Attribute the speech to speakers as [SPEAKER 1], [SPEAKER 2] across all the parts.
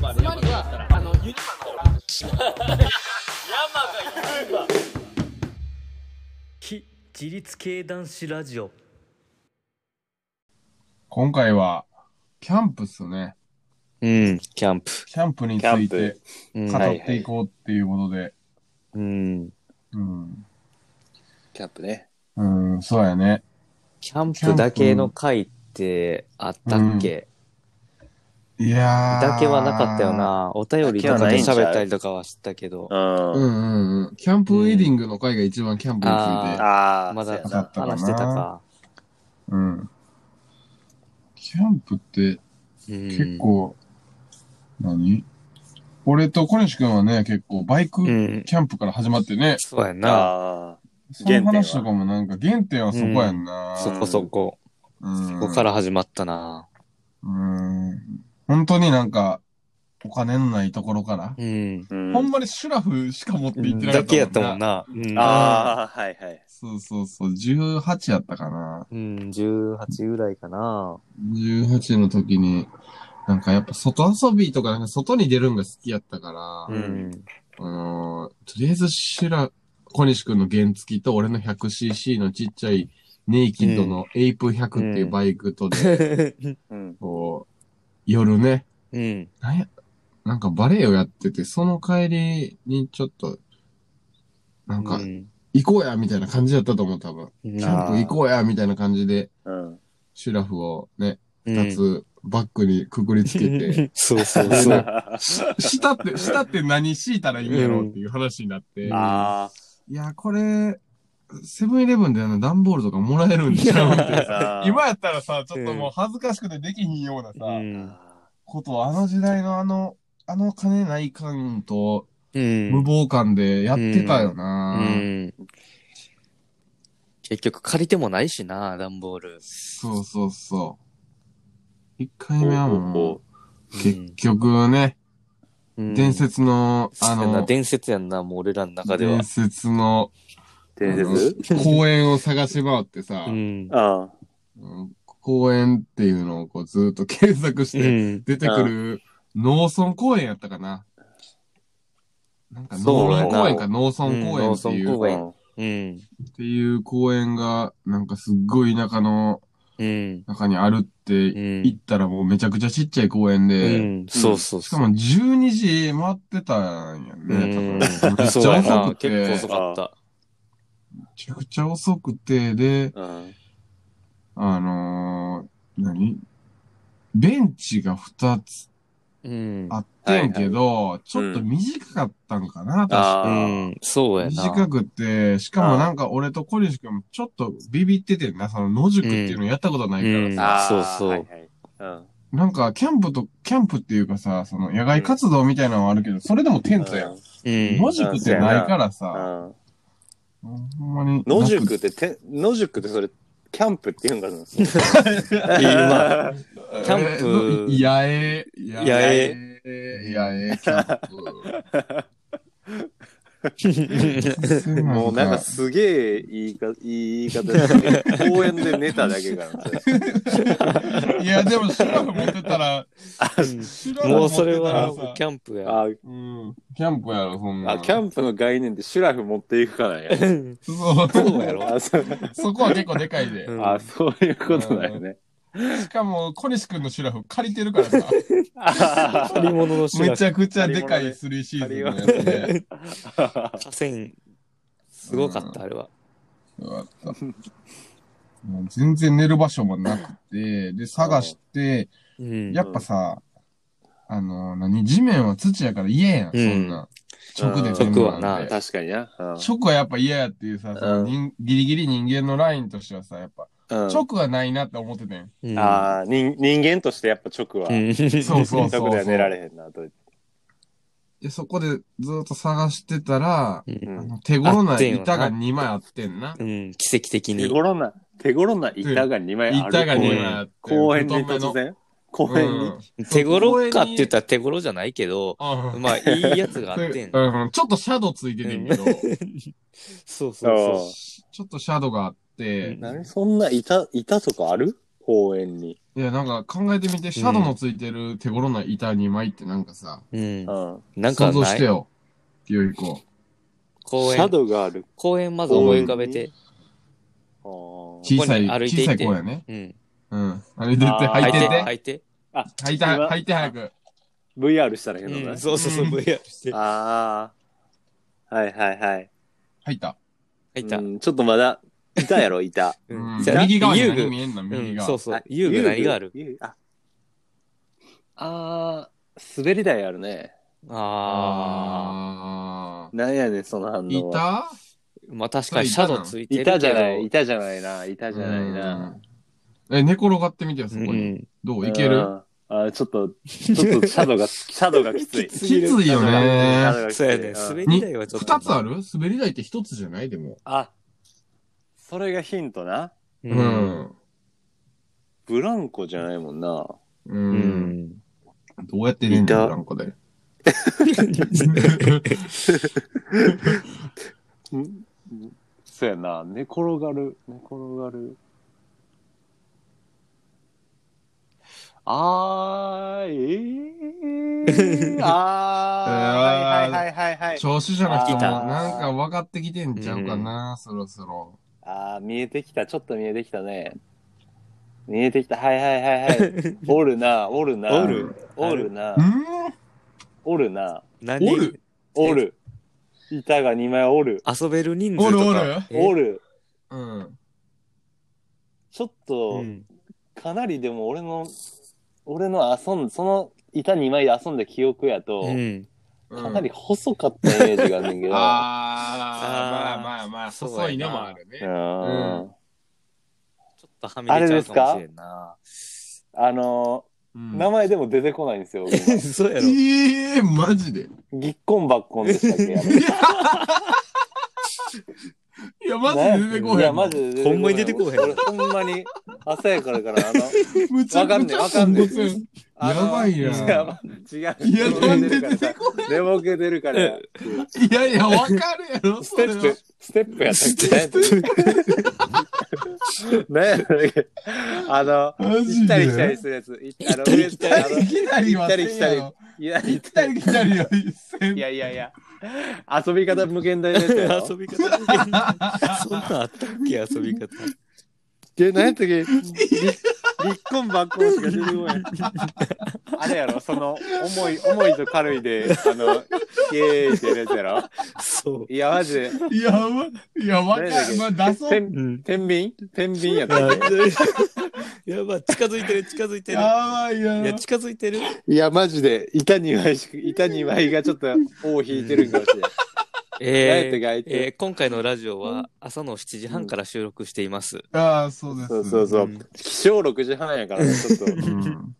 [SPEAKER 1] ま
[SPEAKER 2] つまりはあのユニ
[SPEAKER 1] 山が言うわ
[SPEAKER 3] 非自律系男子ラジオ
[SPEAKER 4] 今回は、キャンプっすね。
[SPEAKER 5] うん、キャンプ。
[SPEAKER 4] キャンプにつ
[SPEAKER 5] キャ
[SPEAKER 4] い
[SPEAKER 5] ン
[SPEAKER 4] て
[SPEAKER 5] プうん、
[SPEAKER 4] 語
[SPEAKER 5] は
[SPEAKER 4] っ
[SPEAKER 5] いは
[SPEAKER 4] てい
[SPEAKER 5] い。
[SPEAKER 4] こうっていうことで。
[SPEAKER 5] うん、
[SPEAKER 4] うん。
[SPEAKER 5] キャンプね。
[SPEAKER 4] うん、そうやね。
[SPEAKER 5] キャンプだけの回ってあったっけ、
[SPEAKER 4] いやー。
[SPEAKER 5] だけはなかったよ。な。お便りとか
[SPEAKER 6] だけはない
[SPEAKER 5] で
[SPEAKER 6] んちゃう
[SPEAKER 5] 喋ったりとかはしたけど
[SPEAKER 6] う、。
[SPEAKER 4] うんんうんうん。キャンプウェディングの回が一番キャンプについて。
[SPEAKER 6] ああ、
[SPEAKER 5] まだ
[SPEAKER 6] そうやな
[SPEAKER 5] 話してたか。
[SPEAKER 4] うん。キャンプって
[SPEAKER 5] 結
[SPEAKER 4] 結、構、何俺と小西くんはね、結構バイク
[SPEAKER 5] う
[SPEAKER 4] キ
[SPEAKER 5] ん。
[SPEAKER 4] ャンプから始まってね。
[SPEAKER 5] そうやんな。
[SPEAKER 6] あ
[SPEAKER 4] その話とかもなんか原点はそこやんな。
[SPEAKER 5] そこそこ。
[SPEAKER 4] うん。
[SPEAKER 5] そこから始まったな。
[SPEAKER 4] うん。本当になんか、お金のないところから。
[SPEAKER 5] うん。
[SPEAKER 6] あ、うん
[SPEAKER 4] ほんまにシュラフしか持って行ってなかっ
[SPEAKER 5] だ
[SPEAKER 4] たもんな。
[SPEAKER 5] けやったもんな。うん。
[SPEAKER 6] ああ、はいはい。
[SPEAKER 4] そうそうそう、18やったかな。
[SPEAKER 5] うん、18ぐらいかな。
[SPEAKER 4] 18の時に、なんかやっぱ外遊びとか、なんか外に出るんが好きやったから、
[SPEAKER 5] うん。
[SPEAKER 4] あのーとりあえずシュラ、小西くんの原付きと俺の 100cc のちっちゃいネイキッドのエイプ100っていうバイクとで、
[SPEAKER 6] うん。
[SPEAKER 4] こう、夜ね、
[SPEAKER 5] うん。
[SPEAKER 4] なんや、なんかバレエをやってて、その帰りにちょっと、なんか
[SPEAKER 5] う、ん
[SPEAKER 4] 行こうや、みたいな感じだったと思う、多分。キャンプ行こうや、みたいな感じで、
[SPEAKER 6] うん。
[SPEAKER 4] シュラフをね、
[SPEAKER 5] う
[SPEAKER 4] 二
[SPEAKER 5] ん
[SPEAKER 4] つバッグにくくりつけ て、
[SPEAKER 5] そうそう
[SPEAKER 4] で
[SPEAKER 5] そ
[SPEAKER 4] なん
[SPEAKER 5] う。
[SPEAKER 4] かししたって、したって何敷いたらいいんやろうっていう話になって。
[SPEAKER 5] うん
[SPEAKER 4] い
[SPEAKER 6] あ
[SPEAKER 4] や、これ、セブンイレブンであの段ボールとかもらえるんちゃうみたいな。
[SPEAKER 6] あ。
[SPEAKER 4] 今やったらさ、ちょっともう恥ずかしくてできひんようなさ、
[SPEAKER 5] うん。
[SPEAKER 4] ことをあの時代のあの、あの金ない感と
[SPEAKER 5] うん
[SPEAKER 4] 無謀感でやってたよな、
[SPEAKER 5] うん。結局借りてもないしな、段ボール。
[SPEAKER 4] そうそうそう。一回目はもう、
[SPEAKER 5] う
[SPEAKER 4] 結局ね、
[SPEAKER 5] うん
[SPEAKER 4] 伝説の、あ
[SPEAKER 5] そうやな
[SPEAKER 4] の、
[SPEAKER 5] 伝説やんな、もう俺らの中では
[SPEAKER 4] 伝。説の
[SPEAKER 6] 伝説
[SPEAKER 4] 公園を探し回ってさ、
[SPEAKER 5] うん。
[SPEAKER 6] あ
[SPEAKER 4] うん公園っていうのをこうずーっと検索し
[SPEAKER 5] う
[SPEAKER 4] て
[SPEAKER 5] ん。
[SPEAKER 4] 出てくる農村公園やったかな。なんか
[SPEAKER 5] そう
[SPEAKER 4] 農
[SPEAKER 5] やな
[SPEAKER 4] 園公園か農村公園ってい
[SPEAKER 5] うん農村
[SPEAKER 4] う、
[SPEAKER 5] 公園
[SPEAKER 6] あ。
[SPEAKER 5] うん。
[SPEAKER 4] っていう公園がなんかすっごい田舎の
[SPEAKER 5] うん。
[SPEAKER 4] 中にあるって
[SPEAKER 5] うん
[SPEAKER 4] 行ったらもうめちゃくちゃちっちゃい公園
[SPEAKER 5] う
[SPEAKER 4] で、
[SPEAKER 5] ん。そうそう
[SPEAKER 4] しか
[SPEAKER 5] そう。
[SPEAKER 4] も12時回ってたんや
[SPEAKER 5] うん
[SPEAKER 4] ね。多分めっ
[SPEAKER 5] そう
[SPEAKER 4] ちゃ
[SPEAKER 5] や
[SPEAKER 4] 遅
[SPEAKER 5] な
[SPEAKER 4] く、て、
[SPEAKER 5] 結構
[SPEAKER 4] め
[SPEAKER 5] 遅かった。
[SPEAKER 4] ちゃくちゃ遅くて、で、
[SPEAKER 6] うん。
[SPEAKER 4] あのー、何ベンチが2つ
[SPEAKER 5] うん。
[SPEAKER 4] あってんけど、ちょっと短かったんかな、確か。
[SPEAKER 5] う
[SPEAKER 6] あ
[SPEAKER 5] ん。そうや
[SPEAKER 4] 短
[SPEAKER 5] な。
[SPEAKER 4] くて、しかもなんか俺と小西君もちょっとビビっててんな、その野宿っていうのやったことないから
[SPEAKER 5] うん
[SPEAKER 4] さ、
[SPEAKER 6] あ。
[SPEAKER 5] そうそう
[SPEAKER 6] はいはい。うん。
[SPEAKER 4] なんかキャンプと、キャンプっていうかさ、その野外活動みたいなのはあるけど、それでもテントやん。
[SPEAKER 5] うん。
[SPEAKER 4] 野宿ってないからさ、
[SPEAKER 6] うん。
[SPEAKER 4] ほんまに。
[SPEAKER 6] 野宿って、て野宿ってそれ、キャンプって言うんかな
[SPEAKER 5] 今
[SPEAKER 4] えー、
[SPEAKER 5] キャンプ
[SPEAKER 4] 野営、
[SPEAKER 5] 野
[SPEAKER 4] 野
[SPEAKER 5] 営
[SPEAKER 4] 野営、キャンプ。
[SPEAKER 6] もうなんかすげえ言いかいい言い方ですね。公園で寝ただけから。
[SPEAKER 4] いや、でもシュラフ持ってたら、 シュラフ
[SPEAKER 5] も
[SPEAKER 4] 持
[SPEAKER 5] う
[SPEAKER 4] ってたらさ
[SPEAKER 5] それは、キャンプや。
[SPEAKER 6] あ
[SPEAKER 4] うんキャンプやろ、そんな
[SPEAKER 6] あ、
[SPEAKER 4] ん。
[SPEAKER 6] キャンプの概念でシュラフ持っていくからや。
[SPEAKER 4] そう
[SPEAKER 5] そうやろ
[SPEAKER 6] あ、そう
[SPEAKER 4] そこは結構でかいで
[SPEAKER 5] う。ん
[SPEAKER 6] あそういうことだよね。
[SPEAKER 4] しかも、小西くんのシュラフ借りてるからさ。
[SPEAKER 6] あ
[SPEAKER 5] 借り物の品
[SPEAKER 4] めちゃくちゃでかい3シーズンのやつで。
[SPEAKER 6] ー
[SPEAKER 5] 河川、すごかった、あれは。
[SPEAKER 4] よかったもう全然寝る場所もなくて、で、探して、
[SPEAKER 5] うん。
[SPEAKER 4] やっぱさ、あの、何、地面は土やから嫌やん、そんな。直で全部
[SPEAKER 5] 直はな
[SPEAKER 4] なんで。
[SPEAKER 6] 確かにな。うん
[SPEAKER 4] 直はやっぱ嫌やっていうさ、その人ギリギリ人間のラインとしてはさ、やっぱ、
[SPEAKER 6] うん
[SPEAKER 4] 直はないなって思っててん。
[SPEAKER 5] うん
[SPEAKER 6] あー人人間としてやっぱ直は、
[SPEAKER 5] うん
[SPEAKER 4] そうそうそう
[SPEAKER 6] 直では寝られへんなと。
[SPEAKER 4] で、そこでずっと探してたら、
[SPEAKER 5] う
[SPEAKER 6] うんん
[SPEAKER 4] あの手頃
[SPEAKER 5] あ
[SPEAKER 4] な
[SPEAKER 5] ってんよな
[SPEAKER 4] 板が2枚あってんな。
[SPEAKER 5] うん、奇跡的
[SPEAKER 6] 手
[SPEAKER 5] に。
[SPEAKER 6] 頃な、手頃な板が2枚ある。
[SPEAKER 4] 板が2枚あって。
[SPEAKER 6] 公園に
[SPEAKER 4] 太めの
[SPEAKER 6] 突然公園に、
[SPEAKER 5] 手頃かって言ったら手頃じゃないけど、
[SPEAKER 4] うんうん
[SPEAKER 5] まあ、いいやつがあって ん。
[SPEAKER 4] うん、ちょっとシャドウついててんけど、
[SPEAKER 5] そうそう
[SPEAKER 6] そ
[SPEAKER 5] そうう。
[SPEAKER 4] ちょっとシャドウがあって、
[SPEAKER 6] 何そんな板、板とかある公園に。
[SPEAKER 4] いや、なんか考えてみて、シャドウのついてる手頃な板2枚ってなんかさ、
[SPEAKER 5] うん
[SPEAKER 6] う。ん。
[SPEAKER 5] なん
[SPEAKER 4] 想
[SPEAKER 5] か
[SPEAKER 4] 像し
[SPEAKER 5] な
[SPEAKER 4] て
[SPEAKER 5] い
[SPEAKER 4] よ。よい子。
[SPEAKER 5] 公
[SPEAKER 6] シャ
[SPEAKER 5] 園、
[SPEAKER 6] ドウがある。
[SPEAKER 5] 公園まず思い浮かべて。
[SPEAKER 6] あー
[SPEAKER 4] 小さい、
[SPEAKER 5] ここに歩いてい
[SPEAKER 4] 小
[SPEAKER 5] て
[SPEAKER 4] さい子やね。
[SPEAKER 5] うん。
[SPEAKER 4] うん。歩いてって、
[SPEAKER 6] あー
[SPEAKER 4] 履いてって
[SPEAKER 5] 履。いて。
[SPEAKER 6] あ、
[SPEAKER 4] 履いて、
[SPEAKER 6] 今
[SPEAKER 4] 履いて早く。
[SPEAKER 6] VR したらいいのね。
[SPEAKER 5] うんそうそうそう、
[SPEAKER 4] うん
[SPEAKER 5] VR して。
[SPEAKER 6] ああ。はいはいはい。
[SPEAKER 4] 入った。
[SPEAKER 5] 入った
[SPEAKER 6] う。んちょっとまだ、いたやろ、いた。
[SPEAKER 4] うん
[SPEAKER 5] じゃあ
[SPEAKER 4] 右側に
[SPEAKER 5] 遊
[SPEAKER 4] 何
[SPEAKER 5] 具。
[SPEAKER 4] 見えんの
[SPEAKER 5] うん、そ
[SPEAKER 4] 右
[SPEAKER 5] う
[SPEAKER 4] 側。
[SPEAKER 5] そう
[SPEAKER 6] あ。
[SPEAKER 5] 遊具何がある
[SPEAKER 6] 遊具ああー、滑り台あるね。
[SPEAKER 5] あ
[SPEAKER 4] あ
[SPEAKER 6] なんやねん、その反
[SPEAKER 4] ー。
[SPEAKER 6] 応は。
[SPEAKER 4] 板
[SPEAKER 5] ー。まあ確かにシャドウついてる
[SPEAKER 6] い
[SPEAKER 5] けど。
[SPEAKER 6] たじゃない、いたじゃないな、いたじゃないな。
[SPEAKER 4] うんえ、寝転がってみてよ、
[SPEAKER 5] う
[SPEAKER 4] そこに。
[SPEAKER 5] ん。
[SPEAKER 4] ど
[SPEAKER 6] う
[SPEAKER 4] うんいける
[SPEAKER 6] あーちょっと、ちょっとシ ャドウが、シャドウがきつい。
[SPEAKER 4] きついよね。
[SPEAKER 5] そうやね。
[SPEAKER 6] シャドウがきつい
[SPEAKER 5] 滑
[SPEAKER 6] ん
[SPEAKER 5] り台はちょっと。
[SPEAKER 4] 二つある滑り台って一つじゃないでも。
[SPEAKER 6] あ、それがヒントな。
[SPEAKER 5] う。
[SPEAKER 4] うんん。
[SPEAKER 6] ブランコじゃないもんな。
[SPEAKER 4] う。
[SPEAKER 5] うんん。
[SPEAKER 4] どうやって寝ん
[SPEAKER 6] 板
[SPEAKER 4] のブランコで。
[SPEAKER 6] んそうやな、寝転がる、寝転がる。あー、え
[SPEAKER 4] う
[SPEAKER 6] ー、あー、
[SPEAKER 4] わー
[SPEAKER 6] はいはいはいはいはい。
[SPEAKER 4] 調子じゃなくても、
[SPEAKER 6] あー
[SPEAKER 4] なんか分かってきてんちゃうかな、そろそろ。
[SPEAKER 6] あー、見えてきた、ちょっと見えてきたね。見えてきた、はいはいはいはい。おるな、おるな。
[SPEAKER 5] おる。
[SPEAKER 6] おるな
[SPEAKER 4] う、ん
[SPEAKER 6] おるな、
[SPEAKER 5] 何
[SPEAKER 4] おる
[SPEAKER 6] おる。板が2枚おる、
[SPEAKER 5] 遊べる人数
[SPEAKER 4] お
[SPEAKER 5] と
[SPEAKER 4] る
[SPEAKER 5] か。
[SPEAKER 4] おる
[SPEAKER 5] え
[SPEAKER 6] おる。
[SPEAKER 4] うん。
[SPEAKER 6] ちょっ
[SPEAKER 5] う
[SPEAKER 6] と、
[SPEAKER 5] ん。
[SPEAKER 6] かなりでも俺の、俺の遊ん、その板2枚で遊んだ記憶やと、
[SPEAKER 5] うん。
[SPEAKER 4] うん
[SPEAKER 6] かなり細かったイメージがある んだけど。
[SPEAKER 4] あ
[SPEAKER 5] あー
[SPEAKER 4] ー、まあまあまあ、
[SPEAKER 5] そうやな
[SPEAKER 4] 細いのもある
[SPEAKER 6] う
[SPEAKER 4] ね。
[SPEAKER 6] ん
[SPEAKER 5] ちょっとはみ出ちゃうかもしれんな。
[SPEAKER 6] あの
[SPEAKER 4] うん
[SPEAKER 6] ー、名前でも出てこないんですよ。今
[SPEAKER 5] そうやろ。
[SPEAKER 4] ええー、マジで。
[SPEAKER 6] ぎっこんばっこんでしたっけあれ
[SPEAKER 4] いや、マジで出てこへんもん。
[SPEAKER 6] いや、マジで出てこへん。
[SPEAKER 5] ほんまに出てこへん
[SPEAKER 6] 俺、ほんまに、朝やからから、あの、
[SPEAKER 4] むちゃくちゃ
[SPEAKER 6] わかんねえわかんねえ
[SPEAKER 4] ポンコツ
[SPEAKER 6] あの
[SPEAKER 4] やばいやん
[SPEAKER 6] 違う、違
[SPEAKER 4] や
[SPEAKER 6] う。
[SPEAKER 4] ばいね出て
[SPEAKER 6] こへん。寝ぼけてるから。
[SPEAKER 4] いやいや、わかるやろ、
[SPEAKER 6] ス
[SPEAKER 4] そ
[SPEAKER 6] テ
[SPEAKER 4] れ
[SPEAKER 6] ッ
[SPEAKER 4] は。
[SPEAKER 6] プ、ステップやったっけねあの、
[SPEAKER 4] マ
[SPEAKER 6] 行
[SPEAKER 4] ジ
[SPEAKER 6] った
[SPEAKER 4] で。
[SPEAKER 6] り来たりするやつ。行った
[SPEAKER 5] 行ったり来たり
[SPEAKER 6] あの
[SPEAKER 4] いきなりはせんやろ
[SPEAKER 6] いや、
[SPEAKER 4] 行ったり来たりよ、せん
[SPEAKER 6] いやいやいや、遊び方無限大です よ。
[SPEAKER 5] 遊び 方。そんなんあったっけ遊び方。
[SPEAKER 6] で、何や ったっけ立婚ばっこしか出てこない。あれやろ、その、重い、重いと軽いで、あの、イエーイってやつやろ。
[SPEAKER 5] そう。
[SPEAKER 6] いや、マジで、
[SPEAKER 4] やばい。いや、わかる。まあ、出そう
[SPEAKER 6] て。
[SPEAKER 5] うんん。
[SPEAKER 6] 天秤天秤やっ
[SPEAKER 5] あ
[SPEAKER 6] たっ け
[SPEAKER 5] やばい、近づいてる、近づいてる。
[SPEAKER 4] やばいや
[SPEAKER 5] い
[SPEAKER 4] ば
[SPEAKER 5] や、
[SPEAKER 4] い。
[SPEAKER 5] 近づいてる。
[SPEAKER 6] いや、マジで、板に枚し、板に枚がちょっと、尾を引いてるんかもしれない。何やったっ
[SPEAKER 5] えー
[SPEAKER 6] けあいつ
[SPEAKER 5] えー今回のラジオは朝の7時半から収録しています。
[SPEAKER 4] ああ、そうです。
[SPEAKER 6] そうそうそう。
[SPEAKER 5] うん
[SPEAKER 6] 起床6時半やからね、ちょっと。
[SPEAKER 4] うん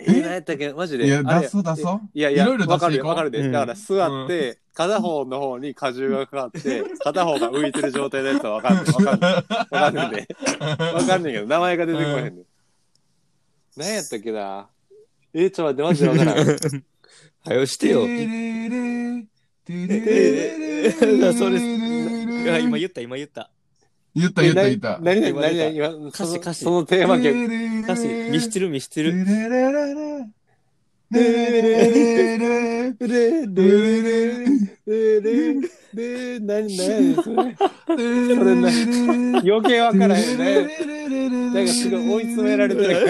[SPEAKER 6] えー、何やったっけマジで。
[SPEAKER 4] いや、
[SPEAKER 6] あれ
[SPEAKER 4] 出そう出そう。
[SPEAKER 6] いやいや、
[SPEAKER 4] いろいろ出
[SPEAKER 6] わか
[SPEAKER 4] して
[SPEAKER 6] る
[SPEAKER 4] い
[SPEAKER 6] よ、
[SPEAKER 4] こう
[SPEAKER 6] わかるで。
[SPEAKER 5] うん
[SPEAKER 6] だから座って、片方の方に荷重がかかって、片方が浮いてる状態のやつはわかんない。わかんない。わかんないね。わかんないけど、名前が出てこへんね。何やったっけなえー、ちょ、待って、マジでわ からん。
[SPEAKER 5] はよしてよ。い や、今言った、今言った。
[SPEAKER 4] 言った言った言った。
[SPEAKER 6] 何何
[SPEAKER 5] 今
[SPEAKER 6] 何
[SPEAKER 5] 出た
[SPEAKER 6] 何今、
[SPEAKER 5] 歌詞
[SPEAKER 6] その
[SPEAKER 5] 歌詞
[SPEAKER 6] そのテーマ曲。
[SPEAKER 5] 確かに、見してる、見してる。
[SPEAKER 4] る。
[SPEAKER 6] で、で、で、で、で、何何やそれ余計わからへんね。なんかすごい追い詰められてる感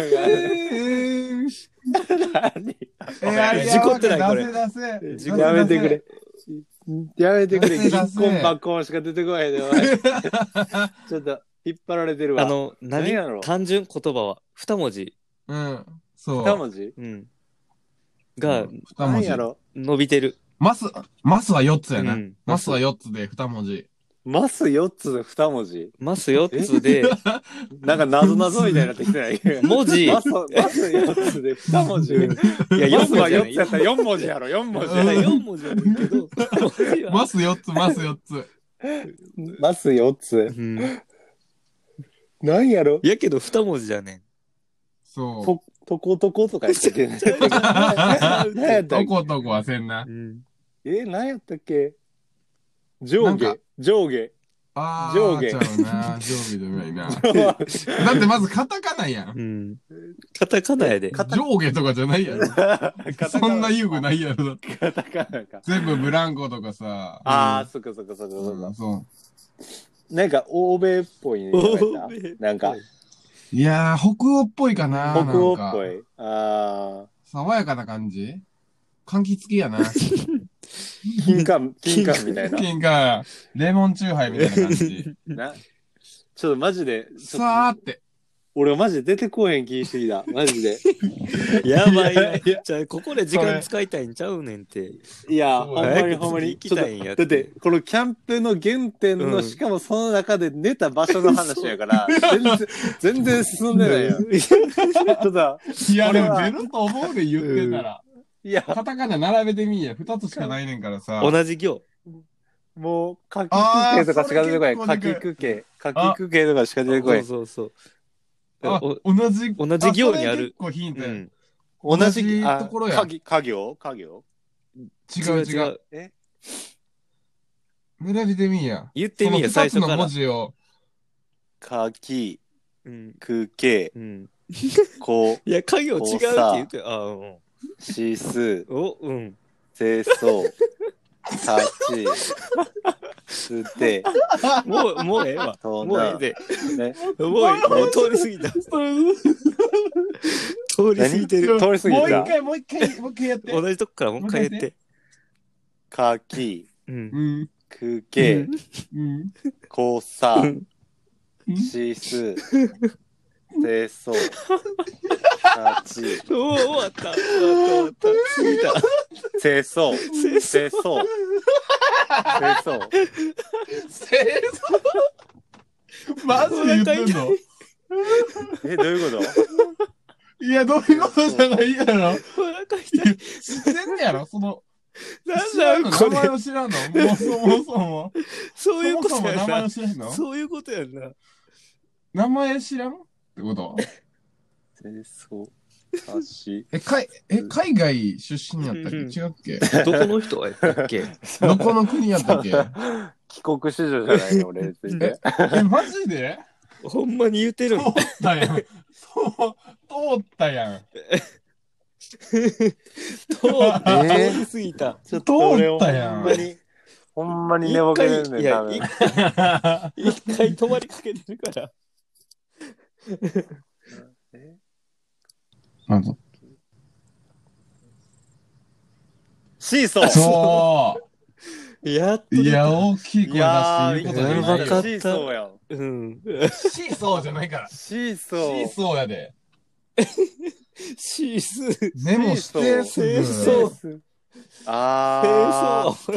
[SPEAKER 6] がある。 何やめてくれ。やめてくれ。
[SPEAKER 4] 出せ
[SPEAKER 6] 銀
[SPEAKER 4] 出せ
[SPEAKER 6] 婚バッコンしか出てこへんね んお前。ちょっと、引っ張られてるわ。
[SPEAKER 5] あの、
[SPEAKER 6] 何やろ
[SPEAKER 5] 何単純言葉は、二文字。
[SPEAKER 4] うん。そう。
[SPEAKER 6] 二文字
[SPEAKER 5] うん。が、
[SPEAKER 4] 二文
[SPEAKER 6] 何
[SPEAKER 4] 字
[SPEAKER 6] や。ろ
[SPEAKER 5] 伸びてる。
[SPEAKER 4] マス、マスは4つや
[SPEAKER 5] う
[SPEAKER 4] な。
[SPEAKER 5] ん
[SPEAKER 4] マスは4つで2文字。
[SPEAKER 6] マス4つの二文字
[SPEAKER 5] ます4つ で、
[SPEAKER 6] なんか謎謎みたいになってきてない。
[SPEAKER 5] 文字
[SPEAKER 6] マス、マス4つで二文 字。い
[SPEAKER 5] いや、
[SPEAKER 6] マ
[SPEAKER 5] 4
[SPEAKER 6] スは
[SPEAKER 5] 文字や
[SPEAKER 6] 4
[SPEAKER 5] ね
[SPEAKER 6] つやったら4文字やろ、4文字や
[SPEAKER 4] うん
[SPEAKER 6] ろ。
[SPEAKER 5] 4文字やねんけど、文 字は
[SPEAKER 4] マス4つ、マス4つ。
[SPEAKER 6] マス4つ。
[SPEAKER 5] うん
[SPEAKER 6] 何やろ
[SPEAKER 5] やけど二文字じゃ ね
[SPEAKER 4] そう。
[SPEAKER 6] と、とことことか言ってて。 何やったっ
[SPEAKER 4] ど
[SPEAKER 6] け
[SPEAKER 4] ことこはせんな。
[SPEAKER 5] ん。
[SPEAKER 6] え、何やったっけ上
[SPEAKER 4] なん
[SPEAKER 6] 下
[SPEAKER 4] か、
[SPEAKER 6] 上下。
[SPEAKER 4] あー
[SPEAKER 6] 上下
[SPEAKER 4] ちゃうな。上下でもないな。だってまずカタカナやん。
[SPEAKER 5] うん。カタカナやで。
[SPEAKER 4] 上下とかじゃないやろ。 そんな遊具ないやろ。だって
[SPEAKER 6] カタカナか。
[SPEAKER 4] 全部ブランコとかさ。
[SPEAKER 6] ああ、そっかそっかそっかそっ
[SPEAKER 4] うん
[SPEAKER 6] か。
[SPEAKER 4] そう。
[SPEAKER 6] なんか欧米っぽいね。
[SPEAKER 5] 欧米
[SPEAKER 6] なんか、
[SPEAKER 4] いやー、北欧っぽいかな。
[SPEAKER 6] 北欧っぽ
[SPEAKER 4] なんか
[SPEAKER 6] い。ああ、
[SPEAKER 4] 爽やかな感じ柑橘系やな。
[SPEAKER 6] 金柑、 金柑みたいな。
[SPEAKER 4] 金がレモンチューハイみたいな感じ。
[SPEAKER 6] なちょっとマジで、ちょっ
[SPEAKER 4] さ
[SPEAKER 6] と
[SPEAKER 4] ーって。
[SPEAKER 6] 俺マジで出てこうへん気してきた。マジ で。
[SPEAKER 5] やばい
[SPEAKER 4] いや
[SPEAKER 5] ない
[SPEAKER 4] や。
[SPEAKER 5] じゃあ、ここで時間使いたいんちゃうねんって。
[SPEAKER 6] いや、
[SPEAKER 4] そう
[SPEAKER 6] ほんまに
[SPEAKER 5] 早く
[SPEAKER 6] ほんまに。
[SPEAKER 5] 次行きたいんや
[SPEAKER 6] ちょっとだって、このキャンプの原点の、
[SPEAKER 5] うん
[SPEAKER 6] しかもその中で寝た場所の話やから、全然、全然進んでないや ん。ちょっと、
[SPEAKER 4] いや、
[SPEAKER 6] これ
[SPEAKER 4] でも出
[SPEAKER 6] は
[SPEAKER 4] ると思うで言ってたら。
[SPEAKER 6] いや、
[SPEAKER 4] カタカナ並べてみんや。二つしかないねんからさ。
[SPEAKER 5] 同じ行。
[SPEAKER 6] もう、かきくけとかしか出てこない。
[SPEAKER 4] あーそ
[SPEAKER 6] か
[SPEAKER 4] れ結構
[SPEAKER 6] きくけ。かきくけとかしか出てこ
[SPEAKER 5] そ
[SPEAKER 6] な
[SPEAKER 5] う
[SPEAKER 6] い。
[SPEAKER 5] そうそう。
[SPEAKER 4] あ
[SPEAKER 5] お
[SPEAKER 4] 同じ。
[SPEAKER 5] 同じ行にある
[SPEAKER 4] あそれ結構ヒン
[SPEAKER 5] う
[SPEAKER 4] トや
[SPEAKER 5] ん。
[SPEAKER 4] 同じ
[SPEAKER 6] あ
[SPEAKER 4] ところや
[SPEAKER 6] かぎ家業家業
[SPEAKER 4] 違う違う。。
[SPEAKER 6] え
[SPEAKER 4] 並べてみんや。
[SPEAKER 5] 言ってみよ、
[SPEAKER 4] その
[SPEAKER 5] 最
[SPEAKER 4] 二つ
[SPEAKER 5] 初
[SPEAKER 4] の
[SPEAKER 5] から
[SPEAKER 4] 文。字を。
[SPEAKER 6] かき
[SPEAKER 5] うん。
[SPEAKER 6] くけ
[SPEAKER 5] うん。
[SPEAKER 6] こ
[SPEAKER 5] いや、家業違うって言って、ああ、うん。
[SPEAKER 6] しす
[SPEAKER 5] お、うん。
[SPEAKER 6] せそうたちすて
[SPEAKER 5] もう、もうええ わ。
[SPEAKER 6] と
[SPEAKER 5] もうええ
[SPEAKER 6] な
[SPEAKER 5] で。
[SPEAKER 6] ね
[SPEAKER 5] もうええもう通り過ぎた。通り過ぎてる。
[SPEAKER 6] 何通り過
[SPEAKER 4] もう
[SPEAKER 6] ぎ
[SPEAKER 4] 一
[SPEAKER 6] た
[SPEAKER 4] 回、もう一 回、もう一回やって。
[SPEAKER 5] 同じとこからもう一回やって。
[SPEAKER 6] かき
[SPEAKER 5] うん。
[SPEAKER 4] うん。
[SPEAKER 6] くけ
[SPEAKER 4] うん。
[SPEAKER 6] こさ
[SPEAKER 5] うん
[SPEAKER 6] しすせそうたち
[SPEAKER 5] おお、終わった。終わった。終わった。過
[SPEAKER 6] せそう
[SPEAKER 5] ぎた。
[SPEAKER 6] せそうせそう
[SPEAKER 4] せーのマジで言ってんの
[SPEAKER 6] えどういうこ
[SPEAKER 4] いや、どういうことじゃないやろ。
[SPEAKER 5] お腹痛い。
[SPEAKER 4] 知ってんねやろその、知
[SPEAKER 5] な
[SPEAKER 4] ら
[SPEAKER 5] んん
[SPEAKER 4] の
[SPEAKER 5] だ
[SPEAKER 4] 名
[SPEAKER 5] こ
[SPEAKER 4] 前
[SPEAKER 5] れ。
[SPEAKER 4] を知らんのもうそもそも。
[SPEAKER 5] そうい
[SPEAKER 4] そうも
[SPEAKER 5] こ
[SPEAKER 4] そ
[SPEAKER 5] と
[SPEAKER 4] も名
[SPEAKER 5] や
[SPEAKER 4] 前
[SPEAKER 5] な
[SPEAKER 4] を。知らんの
[SPEAKER 5] そういうことやんな。
[SPEAKER 4] 名前知らんっ てこと
[SPEAKER 6] とせそうたち
[SPEAKER 4] え、かい、え、海外出身やったっけ違うっけ
[SPEAKER 5] どこの人やったっけ
[SPEAKER 4] どこの国やったっけ
[SPEAKER 6] 帰国子女じゃないよ俺別にね
[SPEAKER 4] え、マジで
[SPEAKER 5] ほんまに言うてる
[SPEAKER 4] 通っ
[SPEAKER 5] の
[SPEAKER 4] たやん。そう通ったやん。
[SPEAKER 5] 通って、通り過ぎた。
[SPEAKER 6] ちょっ
[SPEAKER 4] 通ったやん
[SPEAKER 6] ほんまに、ほんまに寝ぼ
[SPEAKER 5] 一
[SPEAKER 6] け
[SPEAKER 5] 回
[SPEAKER 6] てんねん、
[SPEAKER 5] い
[SPEAKER 6] 多
[SPEAKER 5] や
[SPEAKER 6] 分。
[SPEAKER 5] 一一回止まりかけてるから。
[SPEAKER 4] なんか
[SPEAKER 6] シーソー
[SPEAKER 4] そ
[SPEAKER 5] やっ
[SPEAKER 4] う。
[SPEAKER 5] と
[SPEAKER 4] い
[SPEAKER 5] 出
[SPEAKER 4] や、
[SPEAKER 5] た。
[SPEAKER 4] 大きい声出して言うことじゃない
[SPEAKER 5] いやー
[SPEAKER 4] よ。
[SPEAKER 5] か
[SPEAKER 6] シーソーやん。
[SPEAKER 5] うん。
[SPEAKER 4] シーソーじゃないから。
[SPEAKER 6] シー
[SPEAKER 4] シ
[SPEAKER 6] ソ
[SPEAKER 4] ー
[SPEAKER 6] ー。
[SPEAKER 4] ソーやで。
[SPEAKER 5] シース。清
[SPEAKER 4] メモして、す
[SPEAKER 5] シー
[SPEAKER 4] ぐ。
[SPEAKER 5] ソー。
[SPEAKER 6] あ
[SPEAKER 5] 掃。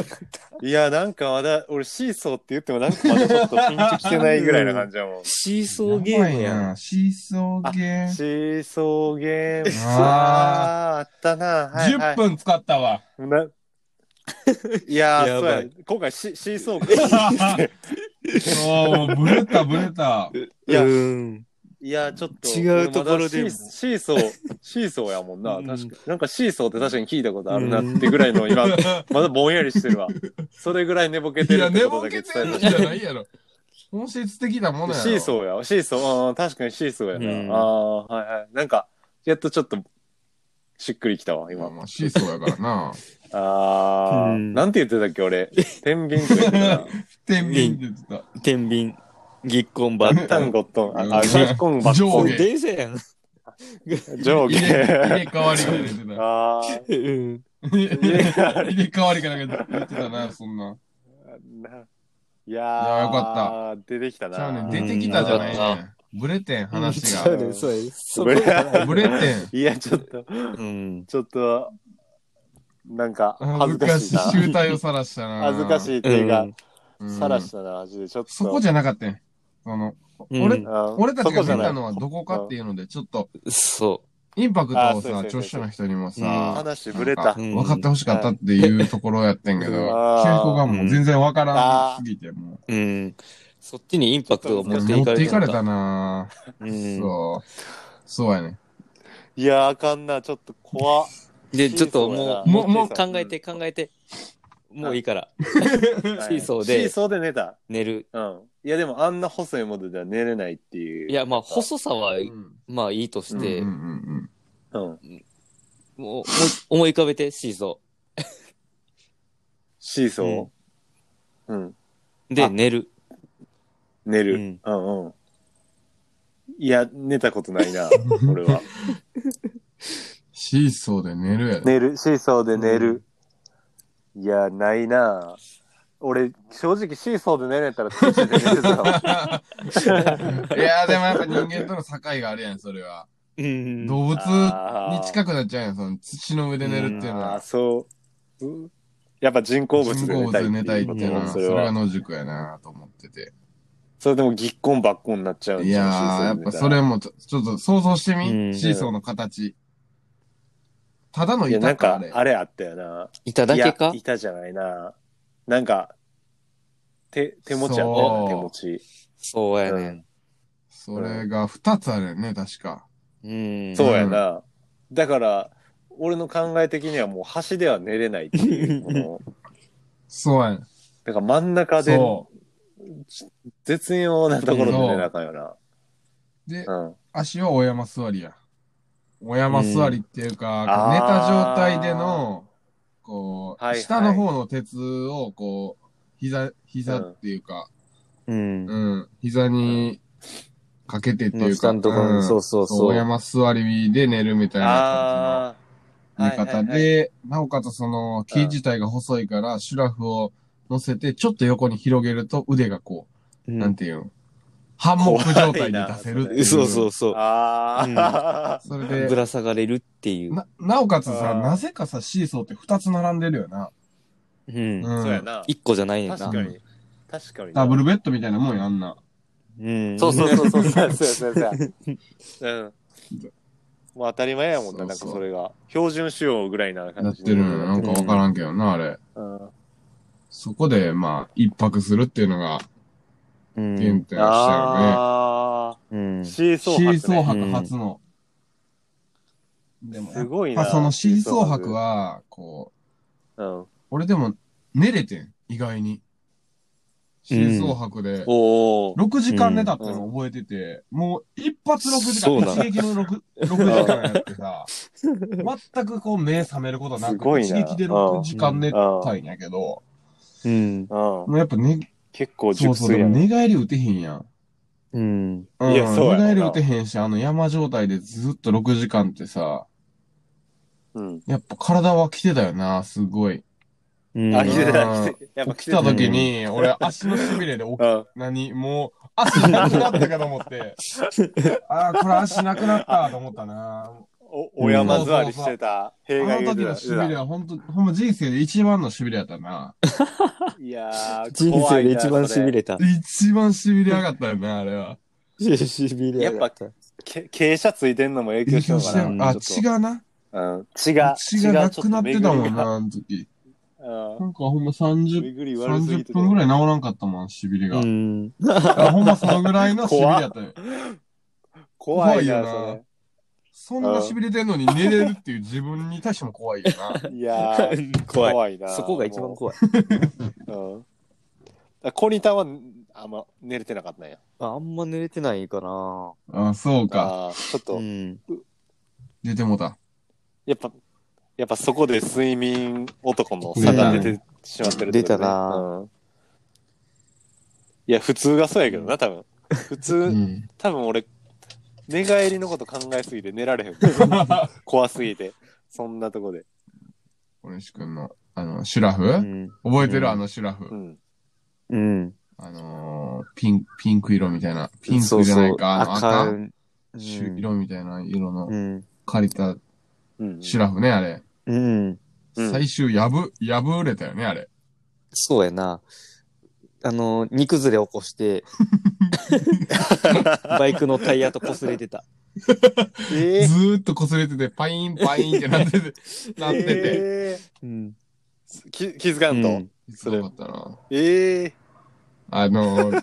[SPEAKER 6] ー。いや、なんかまだ、俺シーソーって言ってもなんかまだちょっとピンときてないぐらいな感じやもん。シ
[SPEAKER 5] シーソーゲーム
[SPEAKER 4] やばい
[SPEAKER 5] やん。
[SPEAKER 4] なシーソーゲーム。
[SPEAKER 6] ーソーゲーム。あー、あ
[SPEAKER 4] あ
[SPEAKER 6] ったな。はい、は
[SPEAKER 4] 10分使ったわ。
[SPEAKER 6] い。 ないや
[SPEAKER 5] や
[SPEAKER 6] ー、そう
[SPEAKER 5] ばい
[SPEAKER 6] や。今回シシーソー
[SPEAKER 4] おー、ブレた、ブレた。
[SPEAKER 6] いや
[SPEAKER 5] うん。
[SPEAKER 6] いや、ちょっと。
[SPEAKER 5] 違うところで
[SPEAKER 6] 俺まだシーシーソー、シーソーやもんな。
[SPEAKER 5] うん
[SPEAKER 6] 確かなんかシーソーって確かに聞いたことあるなってぐらいの今、まだぼんやりしてるわ。それぐらい寝ぼけ
[SPEAKER 4] い
[SPEAKER 6] てる
[SPEAKER 4] や、
[SPEAKER 6] って
[SPEAKER 4] 寝
[SPEAKER 6] こと
[SPEAKER 4] ぼ
[SPEAKER 6] だけ
[SPEAKER 4] け
[SPEAKER 6] 伝
[SPEAKER 4] て
[SPEAKER 6] え
[SPEAKER 4] る
[SPEAKER 6] ま
[SPEAKER 4] んじ
[SPEAKER 6] し
[SPEAKER 4] ゃ
[SPEAKER 6] た。
[SPEAKER 4] ないや ろ。本質的なものやろ。
[SPEAKER 6] シーソーやわ。シーソー。あー確かにシーソーやな。
[SPEAKER 5] うん
[SPEAKER 6] ああー、はいはい。なんか、やっとちょっと、しっくりきたわ、今。
[SPEAKER 4] まあまあシーソーやからな。
[SPEAKER 6] ああ、
[SPEAKER 5] うん
[SPEAKER 6] なんて言ってたっけ、俺。天秤とか言ってたな。
[SPEAKER 4] 天秤って言ってた。
[SPEAKER 5] 天秤、ぎっこんば
[SPEAKER 6] バッタンゴットン。あ、あ
[SPEAKER 4] うん
[SPEAKER 6] ゴッコンバッコ
[SPEAKER 4] 上
[SPEAKER 6] ン
[SPEAKER 4] 下。
[SPEAKER 5] 電車やん。
[SPEAKER 6] 上
[SPEAKER 4] 入れ入れ
[SPEAKER 6] 下。
[SPEAKER 4] 替わりから言ってた。
[SPEAKER 6] ああ。
[SPEAKER 5] うん。
[SPEAKER 4] 入れ
[SPEAKER 6] 替わり
[SPEAKER 4] 替わりから言ってたな、そんな。
[SPEAKER 6] ないや
[SPEAKER 4] いや
[SPEAKER 6] ー、
[SPEAKER 4] よか
[SPEAKER 6] った。出てきた
[SPEAKER 4] じゃあ
[SPEAKER 6] な。
[SPEAKER 4] ね、出てきたじゃない
[SPEAKER 5] うんよ
[SPEAKER 4] ね。ブレてん、話
[SPEAKER 5] そ
[SPEAKER 4] が
[SPEAKER 5] う。ね、そうね。そ
[SPEAKER 6] ブ
[SPEAKER 5] こ
[SPEAKER 6] レ
[SPEAKER 4] ブレてん。
[SPEAKER 6] いや、ちょっと、
[SPEAKER 5] うん。
[SPEAKER 6] ちょっと、なんか、恥
[SPEAKER 4] 恥ず
[SPEAKER 6] ずか
[SPEAKER 4] か
[SPEAKER 6] し
[SPEAKER 4] し
[SPEAKER 6] い
[SPEAKER 4] い。
[SPEAKER 6] な。
[SPEAKER 4] 集体を晒したな。
[SPEAKER 6] 恥ずかしいっていうか、
[SPEAKER 5] う
[SPEAKER 4] うん
[SPEAKER 6] さらしたな、マジで。ちょっと。
[SPEAKER 4] そこじゃなかったよ。その、
[SPEAKER 5] ん。
[SPEAKER 4] 俺
[SPEAKER 5] うん
[SPEAKER 6] ゃ
[SPEAKER 4] 俺たちが見たのはどこかっていうので、ちょっと、
[SPEAKER 5] そ
[SPEAKER 4] インパクト
[SPEAKER 6] あ
[SPEAKER 4] を
[SPEAKER 6] そう
[SPEAKER 4] さ、
[SPEAKER 6] そうそう
[SPEAKER 4] 聴取の人にも
[SPEAKER 5] うん
[SPEAKER 4] さ、
[SPEAKER 6] 話ぶれ
[SPEAKER 4] な
[SPEAKER 6] た
[SPEAKER 4] んか。分かってほしかったっていうところやってんけど、
[SPEAKER 6] うん
[SPEAKER 4] 清彦がもう全然分からなすぎて、も
[SPEAKER 5] う。うん。そっちにインパクトを
[SPEAKER 4] う、
[SPEAKER 5] 持
[SPEAKER 4] 持
[SPEAKER 5] っていか
[SPEAKER 4] っ
[SPEAKER 5] れ
[SPEAKER 4] て
[SPEAKER 5] て
[SPEAKER 4] いかれたな
[SPEAKER 5] うん。
[SPEAKER 4] そう。そうやね。
[SPEAKER 6] いやー、あかんな、ちょっと怖っ。
[SPEAKER 5] で、ちょっともう、
[SPEAKER 4] もうもう
[SPEAKER 5] 考えて考えて。もういいから。
[SPEAKER 6] はい
[SPEAKER 5] シーソーで
[SPEAKER 6] シーソーで寝た。
[SPEAKER 5] 寝る。
[SPEAKER 6] うん。いや、でもあんな細いものでは寝れないっていう。
[SPEAKER 5] い、や、まあ、細さは
[SPEAKER 4] う、ん
[SPEAKER 5] まあいいとして、
[SPEAKER 4] うんうんうん
[SPEAKER 6] うん。
[SPEAKER 5] もう、もう思い浮かべて、シーソ
[SPEAKER 6] シーソー。うん。
[SPEAKER 5] ー。で、
[SPEAKER 6] あ
[SPEAKER 5] 寝る。
[SPEAKER 6] 寝る。
[SPEAKER 5] う
[SPEAKER 6] うんん、うん、いや、寝たことな いな、俺は。
[SPEAKER 4] シーソーで寝るやろ。
[SPEAKER 6] 寝る、シーソーで寝る。いや、ないな。俺、正直シーソーで寝れたら、ティッシュで寝るぞ。
[SPEAKER 4] いやーでもやっぱ人間との境があるやん、それは。
[SPEAKER 5] うん。
[SPEAKER 4] 動物に近
[SPEAKER 6] く
[SPEAKER 4] くなっちゃうやん、その土の上で寝るっていうの
[SPEAKER 6] あー
[SPEAKER 4] は。
[SPEAKER 6] そう。うんやっぱ人工物
[SPEAKER 4] 人
[SPEAKER 6] で
[SPEAKER 4] 工
[SPEAKER 6] 寝
[SPEAKER 4] 物
[SPEAKER 6] たい
[SPEAKER 4] で寝たいって
[SPEAKER 6] こと
[SPEAKER 4] いうのは、そ
[SPEAKER 6] そ
[SPEAKER 4] れ
[SPEAKER 6] れ
[SPEAKER 4] が
[SPEAKER 6] は。
[SPEAKER 4] 野宿やなと思ってて。
[SPEAKER 6] それでもぎっこんばっこんになっちゃうん
[SPEAKER 4] い
[SPEAKER 6] ちゃ
[SPEAKER 4] や
[SPEAKER 6] う
[SPEAKER 4] ー、やっぱ
[SPEAKER 6] シ
[SPEAKER 4] そ
[SPEAKER 6] ーソーで寝たら
[SPEAKER 4] れもちょちょっと想像してみ、
[SPEAKER 5] うん
[SPEAKER 4] シーソーの形。ただの
[SPEAKER 6] いや、な
[SPEAKER 4] 板か、あ
[SPEAKER 6] んか
[SPEAKER 4] れ、。
[SPEAKER 6] あれあったよな。
[SPEAKER 5] いただけか
[SPEAKER 6] いやいたじゃないな。なんか、手、手持ちやった
[SPEAKER 4] そ
[SPEAKER 6] よ
[SPEAKER 4] う
[SPEAKER 6] な、手持ち。
[SPEAKER 5] そうやね。
[SPEAKER 4] それが二つあるよね、確か。
[SPEAKER 5] うん。
[SPEAKER 6] そうやな。だから、俺の考え的にはもう端では寝れないっ ていう。この
[SPEAKER 4] そうやん。
[SPEAKER 6] だから真ん中で
[SPEAKER 4] そ
[SPEAKER 6] 絶妙なところで寝なあかんよな。
[SPEAKER 4] う。で
[SPEAKER 6] う、ん。
[SPEAKER 4] 足はお山座りや。お山座りっていうか、
[SPEAKER 6] ん
[SPEAKER 4] こう寝た
[SPEAKER 6] あー
[SPEAKER 4] 状態での、こう、
[SPEAKER 6] はいはい
[SPEAKER 4] 下の方の鉄を、こう、膝、膝っていうか、
[SPEAKER 5] うん。
[SPEAKER 4] うん、膝にかけてっていうか、
[SPEAKER 5] の下のところに
[SPEAKER 4] ん
[SPEAKER 5] そうそうそう
[SPEAKER 4] お山座りで寝るみたいな感じの。
[SPEAKER 6] あ
[SPEAKER 4] 見
[SPEAKER 6] あ。
[SPEAKER 4] 方
[SPEAKER 6] はいはいはい、
[SPEAKER 4] で、なおかつその木自体が細いから、シュラフを乗せて、ちょっと横に広げると腕がこ
[SPEAKER 5] う
[SPEAKER 4] う、
[SPEAKER 5] ん
[SPEAKER 4] なんていうの、ハンモック状態に出せるっていう。
[SPEAKER 5] そうそうそう。
[SPEAKER 6] ああ。
[SPEAKER 4] それ
[SPEAKER 5] ぶ
[SPEAKER 4] で、
[SPEAKER 5] ら下がれるっていう。
[SPEAKER 4] な、なおかつさ、
[SPEAKER 6] あー
[SPEAKER 4] なぜかさ、シーソーって二つ並んでるよな。
[SPEAKER 5] うん。
[SPEAKER 4] ん
[SPEAKER 6] そうやな。
[SPEAKER 5] 一個じゃないねん
[SPEAKER 6] 確
[SPEAKER 5] な。
[SPEAKER 6] かに。確かにな。
[SPEAKER 4] ダブルベッドみたいなもんや、あんな。
[SPEAKER 5] うん。
[SPEAKER 6] そうそうそうそう。そうやそうやそうや そうや。うん。まあ当たり前やもんな、
[SPEAKER 4] そうそう
[SPEAKER 6] なんかそれが。標準仕様ぐらいな
[SPEAKER 4] や
[SPEAKER 6] 感
[SPEAKER 4] っ
[SPEAKER 6] じ
[SPEAKER 4] てるのよ。なん
[SPEAKER 5] ね
[SPEAKER 4] かわからんけどな、あれ。
[SPEAKER 6] うん。あ
[SPEAKER 4] そこで、まあ、一泊するっていうのが
[SPEAKER 5] う
[SPEAKER 4] 原点
[SPEAKER 5] ん。
[SPEAKER 4] でしたよね。
[SPEAKER 6] あ
[SPEAKER 5] うん
[SPEAKER 6] ー。。シー
[SPEAKER 4] シ
[SPEAKER 6] ソー
[SPEAKER 4] ー
[SPEAKER 6] 発
[SPEAKER 4] ソ
[SPEAKER 6] ね
[SPEAKER 4] ー博初の。でも、
[SPEAKER 6] すごい
[SPEAKER 4] ま
[SPEAKER 6] な。
[SPEAKER 4] あそのシーソー博は、こう、
[SPEAKER 6] うん。
[SPEAKER 4] 俺でも寝れてん、意外に。真相白で、
[SPEAKER 6] おお。
[SPEAKER 4] 6時間寝たってのを覚えてて、もう一発6時間、
[SPEAKER 5] そうなん
[SPEAKER 4] 一撃の 6, 六時間やってさ、全くこう目覚めることな
[SPEAKER 6] す
[SPEAKER 4] く、
[SPEAKER 6] ごい
[SPEAKER 4] 一
[SPEAKER 6] な
[SPEAKER 4] 撃で6時間寝たいんやけど、
[SPEAKER 5] うん。
[SPEAKER 6] う
[SPEAKER 4] も
[SPEAKER 6] ん。
[SPEAKER 4] うやっぱね、
[SPEAKER 6] 結構
[SPEAKER 4] そ
[SPEAKER 6] 熟
[SPEAKER 4] うそう、
[SPEAKER 6] 睡
[SPEAKER 4] で
[SPEAKER 6] や
[SPEAKER 4] も
[SPEAKER 6] ね。
[SPEAKER 4] 寝返り打てへんやん。
[SPEAKER 5] うん。
[SPEAKER 4] うん、
[SPEAKER 6] いやそうやろな
[SPEAKER 4] 寝返り打てへんし、あの山状態でずっと6時間ってさ、
[SPEAKER 6] うん。
[SPEAKER 4] やっぱ体は来てたよな、すごい。
[SPEAKER 5] うん。
[SPEAKER 6] あ、来てた
[SPEAKER 4] うん
[SPEAKER 6] 来てやっぱ
[SPEAKER 4] 来
[SPEAKER 6] 来て
[SPEAKER 4] た
[SPEAKER 6] た。
[SPEAKER 4] 時に、俺足のしびれで 起き
[SPEAKER 6] うん。
[SPEAKER 4] 何もう、足なくなったかと思 って。ああ、これ足なくなったと思ったな。
[SPEAKER 6] お、お山座りしてた。
[SPEAKER 4] あ
[SPEAKER 6] 兵
[SPEAKER 4] の
[SPEAKER 6] が言う
[SPEAKER 4] 時
[SPEAKER 6] て
[SPEAKER 4] の
[SPEAKER 6] た
[SPEAKER 4] しびれは本当ほんま人生で一番のしびれやったな。
[SPEAKER 6] いやー、
[SPEAKER 5] 人生で一番しび
[SPEAKER 6] れ。
[SPEAKER 5] れた。
[SPEAKER 4] 一番しびれやがったよな、あれは。
[SPEAKER 5] しびれやがた。
[SPEAKER 6] け傾斜ついてんのも影響しよう
[SPEAKER 5] た
[SPEAKER 6] か
[SPEAKER 5] の
[SPEAKER 6] な。
[SPEAKER 5] 影響
[SPEAKER 4] あ、
[SPEAKER 6] ちょっと
[SPEAKER 4] 血がな。
[SPEAKER 6] うん。血が、
[SPEAKER 4] 血がな
[SPEAKER 6] ちょ
[SPEAKER 4] く
[SPEAKER 6] と
[SPEAKER 4] なってたもん
[SPEAKER 6] 巡りが。
[SPEAKER 4] な、あの時。
[SPEAKER 6] うん
[SPEAKER 4] なんかほんま30、
[SPEAKER 6] 巡り悪すぎて
[SPEAKER 4] 30
[SPEAKER 6] て。
[SPEAKER 4] 分ぐらい治らんかったもん、しびれ が
[SPEAKER 5] う。ん。
[SPEAKER 4] あほんまそのぐらいのしびれやったよ。
[SPEAKER 6] 怖い
[SPEAKER 4] 怖いよ
[SPEAKER 6] な、
[SPEAKER 4] な
[SPEAKER 6] そ
[SPEAKER 4] そんなしびれてんのに寝れるっていう自分に対しても怖いよな。
[SPEAKER 6] れ。いやー、
[SPEAKER 5] 怖い。
[SPEAKER 6] 怖いな。
[SPEAKER 5] そこが一番怖い。
[SPEAKER 6] もう。うん。あコニタは、あんま寝れてなかったんや。
[SPEAKER 5] あんま寝れてないかな。
[SPEAKER 4] あ、そうか。
[SPEAKER 6] ああ、ちょっ
[SPEAKER 5] う
[SPEAKER 6] と、
[SPEAKER 5] ん。
[SPEAKER 4] 出てもうた。
[SPEAKER 6] やっぱ、やっぱそこで睡眠男の差が出てしまってるってことね
[SPEAKER 5] 出たな
[SPEAKER 6] うんいや、普通がそうやけどな、多分。普
[SPEAKER 4] う
[SPEAKER 6] 通、
[SPEAKER 4] ん。
[SPEAKER 6] 多分俺、寝返りのこと考えすぎて寝られへん。怖すぎて。そんなとこで。
[SPEAKER 4] 小西くんの、あの、シュラフ、
[SPEAKER 5] うん。
[SPEAKER 4] 覚えて
[SPEAKER 5] う
[SPEAKER 4] る
[SPEAKER 5] ん
[SPEAKER 4] あのシュラフ。
[SPEAKER 6] うん。
[SPEAKER 5] うん。
[SPEAKER 4] あのー、ピン、ピンク色みたいな。ピンクじゃないか、
[SPEAKER 5] そうそう
[SPEAKER 4] あの
[SPEAKER 5] 赤
[SPEAKER 4] 赤
[SPEAKER 5] い
[SPEAKER 4] 朱色みたいな色の
[SPEAKER 5] うん。
[SPEAKER 4] 借りた
[SPEAKER 6] うん。
[SPEAKER 4] シュラフね、あれ。
[SPEAKER 5] うん。
[SPEAKER 6] うん
[SPEAKER 4] 最終、やぶ、やぶれたよね、あれ。
[SPEAKER 5] そうやな。あの、煮崩れ起こして、バイクのタイヤと擦れてた。
[SPEAKER 6] え
[SPEAKER 4] ずーっと擦れてて、パインパインってなって て、なってて。
[SPEAKER 6] え
[SPEAKER 5] うん。
[SPEAKER 6] ーき気づかんと。
[SPEAKER 5] うん
[SPEAKER 4] すごかったな。
[SPEAKER 6] ええ
[SPEAKER 4] あのー、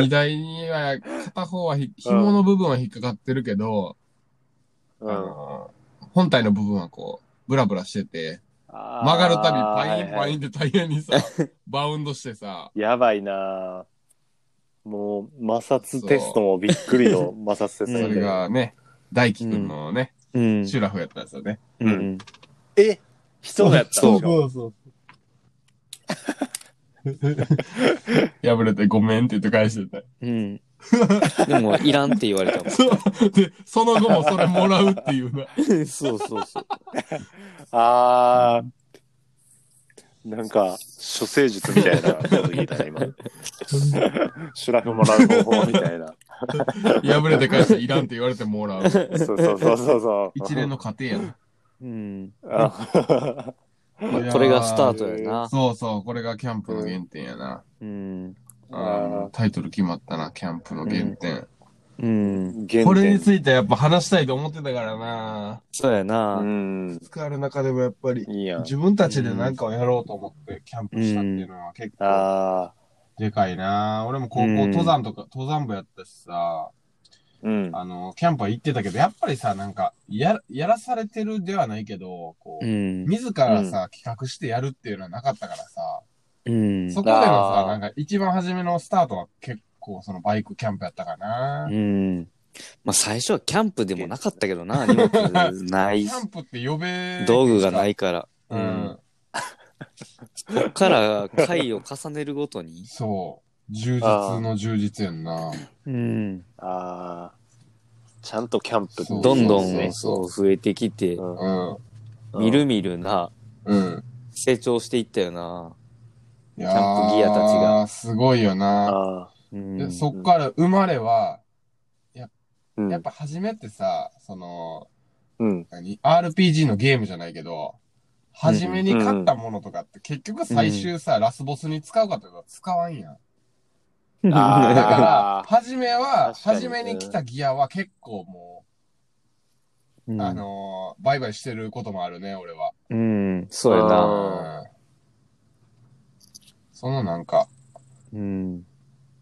[SPEAKER 4] 荷台には、片方はひ、紐の部分は引っかかってるけど、
[SPEAKER 6] う
[SPEAKER 4] あ
[SPEAKER 6] ん。
[SPEAKER 4] のー本体の部分はこう、ブラブラしてて、
[SPEAKER 6] あ
[SPEAKER 4] 曲
[SPEAKER 6] 曲
[SPEAKER 4] がるたびパインパインってタイヤにさ、バウンドしてさ、
[SPEAKER 6] やばいなぁもう、摩擦テストもびっくりの摩擦テスト
[SPEAKER 4] そ
[SPEAKER 6] やけ
[SPEAKER 4] れ
[SPEAKER 6] ど
[SPEAKER 4] がね、大輝くんのね、
[SPEAKER 5] うん。
[SPEAKER 4] シュラフやったやつだね。
[SPEAKER 5] うん。
[SPEAKER 6] え人のやったん
[SPEAKER 1] そう
[SPEAKER 6] ですか
[SPEAKER 1] そうそう。
[SPEAKER 4] 破れてごめんって言って返してた。
[SPEAKER 5] うん。でも、いらんって言われたも
[SPEAKER 4] そう。で、その後もそれもらうって いうな。
[SPEAKER 5] ん。そうそうそう。
[SPEAKER 6] あー。なんか、処世術みたいなこと聞いたね、今。シュラフもらう方法みたいな。
[SPEAKER 4] 破れて返していらんって言われてもらう。
[SPEAKER 6] そうそうそうそうそう。
[SPEAKER 4] 一連の過程やな。
[SPEAKER 5] うん。
[SPEAKER 6] あ。
[SPEAKER 5] これがスター
[SPEAKER 4] ト
[SPEAKER 5] トやな。
[SPEAKER 4] そうそう、これがキャンプの原点やな。
[SPEAKER 5] うん。
[SPEAKER 4] あータイトル決まったな、キャンプの原点。
[SPEAKER 5] うん。
[SPEAKER 6] 原
[SPEAKER 4] これに
[SPEAKER 6] 点。
[SPEAKER 4] ついてやっぱ話したいと思ってたからな。
[SPEAKER 5] そうや
[SPEAKER 6] う
[SPEAKER 5] な。
[SPEAKER 6] ん。
[SPEAKER 4] 使える中でもやっぱり、
[SPEAKER 6] いいやん。
[SPEAKER 4] 自分たちで何かをやろうと思ってキャンプしたっていうのは結構
[SPEAKER 6] あ
[SPEAKER 4] でかいな。俺も高校
[SPEAKER 5] うん
[SPEAKER 4] 登山とか、登山部やったしさ、
[SPEAKER 6] ー。うん。
[SPEAKER 4] あの、キャンプは行ってたけど、やっぱりさ、なんか、や、やらされてるではないけど、こう
[SPEAKER 5] う、ん。
[SPEAKER 4] 自らさ、企画してやるっていうのはなかったからさ、
[SPEAKER 5] うん。
[SPEAKER 4] そこでのさ
[SPEAKER 6] あ、ー
[SPEAKER 4] なんか一番初めのスタートは結構そのバイクキャンプやったかな
[SPEAKER 5] う。ん。まあ、最初はキャンプでもなかったけど な、荷物な
[SPEAKER 4] キ
[SPEAKER 5] い。
[SPEAKER 4] ャンプって呼べ、。
[SPEAKER 5] 道具がないいから。
[SPEAKER 4] う
[SPEAKER 5] うんこ
[SPEAKER 4] ん。
[SPEAKER 5] っから回を重ねるごとに。
[SPEAKER 4] そう。充実の充実やんな。
[SPEAKER 5] うん。
[SPEAKER 6] あー。ちゃんとキャンプって
[SPEAKER 4] そう
[SPEAKER 5] どんど、
[SPEAKER 4] そうそうん
[SPEAKER 5] そ
[SPEAKER 4] そ
[SPEAKER 5] うう、増えてきて、
[SPEAKER 6] う
[SPEAKER 4] うん。
[SPEAKER 6] ん
[SPEAKER 5] みるみるな、
[SPEAKER 4] うん。
[SPEAKER 5] 成長していったよな。
[SPEAKER 4] キ
[SPEAKER 5] キャンプギアたちが。
[SPEAKER 4] すごいよな。
[SPEAKER 6] あ
[SPEAKER 5] うん。
[SPEAKER 4] でそっから生まれは、
[SPEAKER 6] ーうん
[SPEAKER 4] やっぱ初めってさ、その、
[SPEAKER 6] うん。
[SPEAKER 4] 何 RPG のゲームじゃないけど、初めに買ったものとかって結局最終さ、ラスボスに使うかというと使わんやん。だ
[SPEAKER 6] あ
[SPEAKER 4] から、初めは、
[SPEAKER 6] 確かに
[SPEAKER 4] 初めに来たギアは結構も
[SPEAKER 5] う
[SPEAKER 4] う、
[SPEAKER 5] ん
[SPEAKER 4] あのー、バイバイしてることもあるね、俺は。
[SPEAKER 5] うん。そうやな。
[SPEAKER 6] あ
[SPEAKER 4] うんそのなんか、
[SPEAKER 5] うん。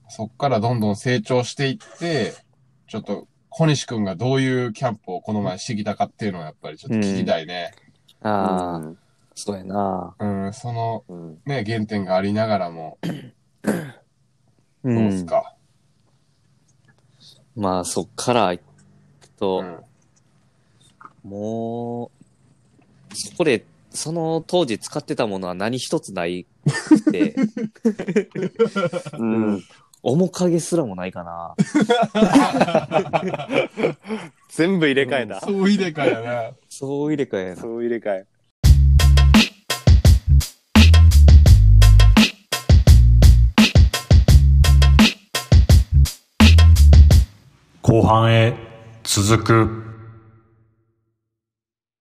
[SPEAKER 4] そっからどんどん成長していって、ちょっと、小西くんがどういうキャンプをこの前してきたかっていうのはやっぱりちょっと聞きたいね。
[SPEAKER 5] ああ、そうやな。
[SPEAKER 4] うん、その
[SPEAKER 6] うん。
[SPEAKER 4] ね、原点がありながらも、
[SPEAKER 5] う
[SPEAKER 4] どうっ
[SPEAKER 5] ん
[SPEAKER 4] す。か。
[SPEAKER 5] まあ、そっから行く
[SPEAKER 4] う
[SPEAKER 5] と、
[SPEAKER 4] ん。
[SPEAKER 5] もう、そこで、その当時使ってたものは何一つない って、
[SPEAKER 6] うん。
[SPEAKER 5] 面影すらもないかな。
[SPEAKER 6] 全部入れ替えだ。
[SPEAKER 4] そう入れ替えやな。
[SPEAKER 5] そう入れ替えやな。
[SPEAKER 6] そう入れ替え。
[SPEAKER 2] 後半へ続く。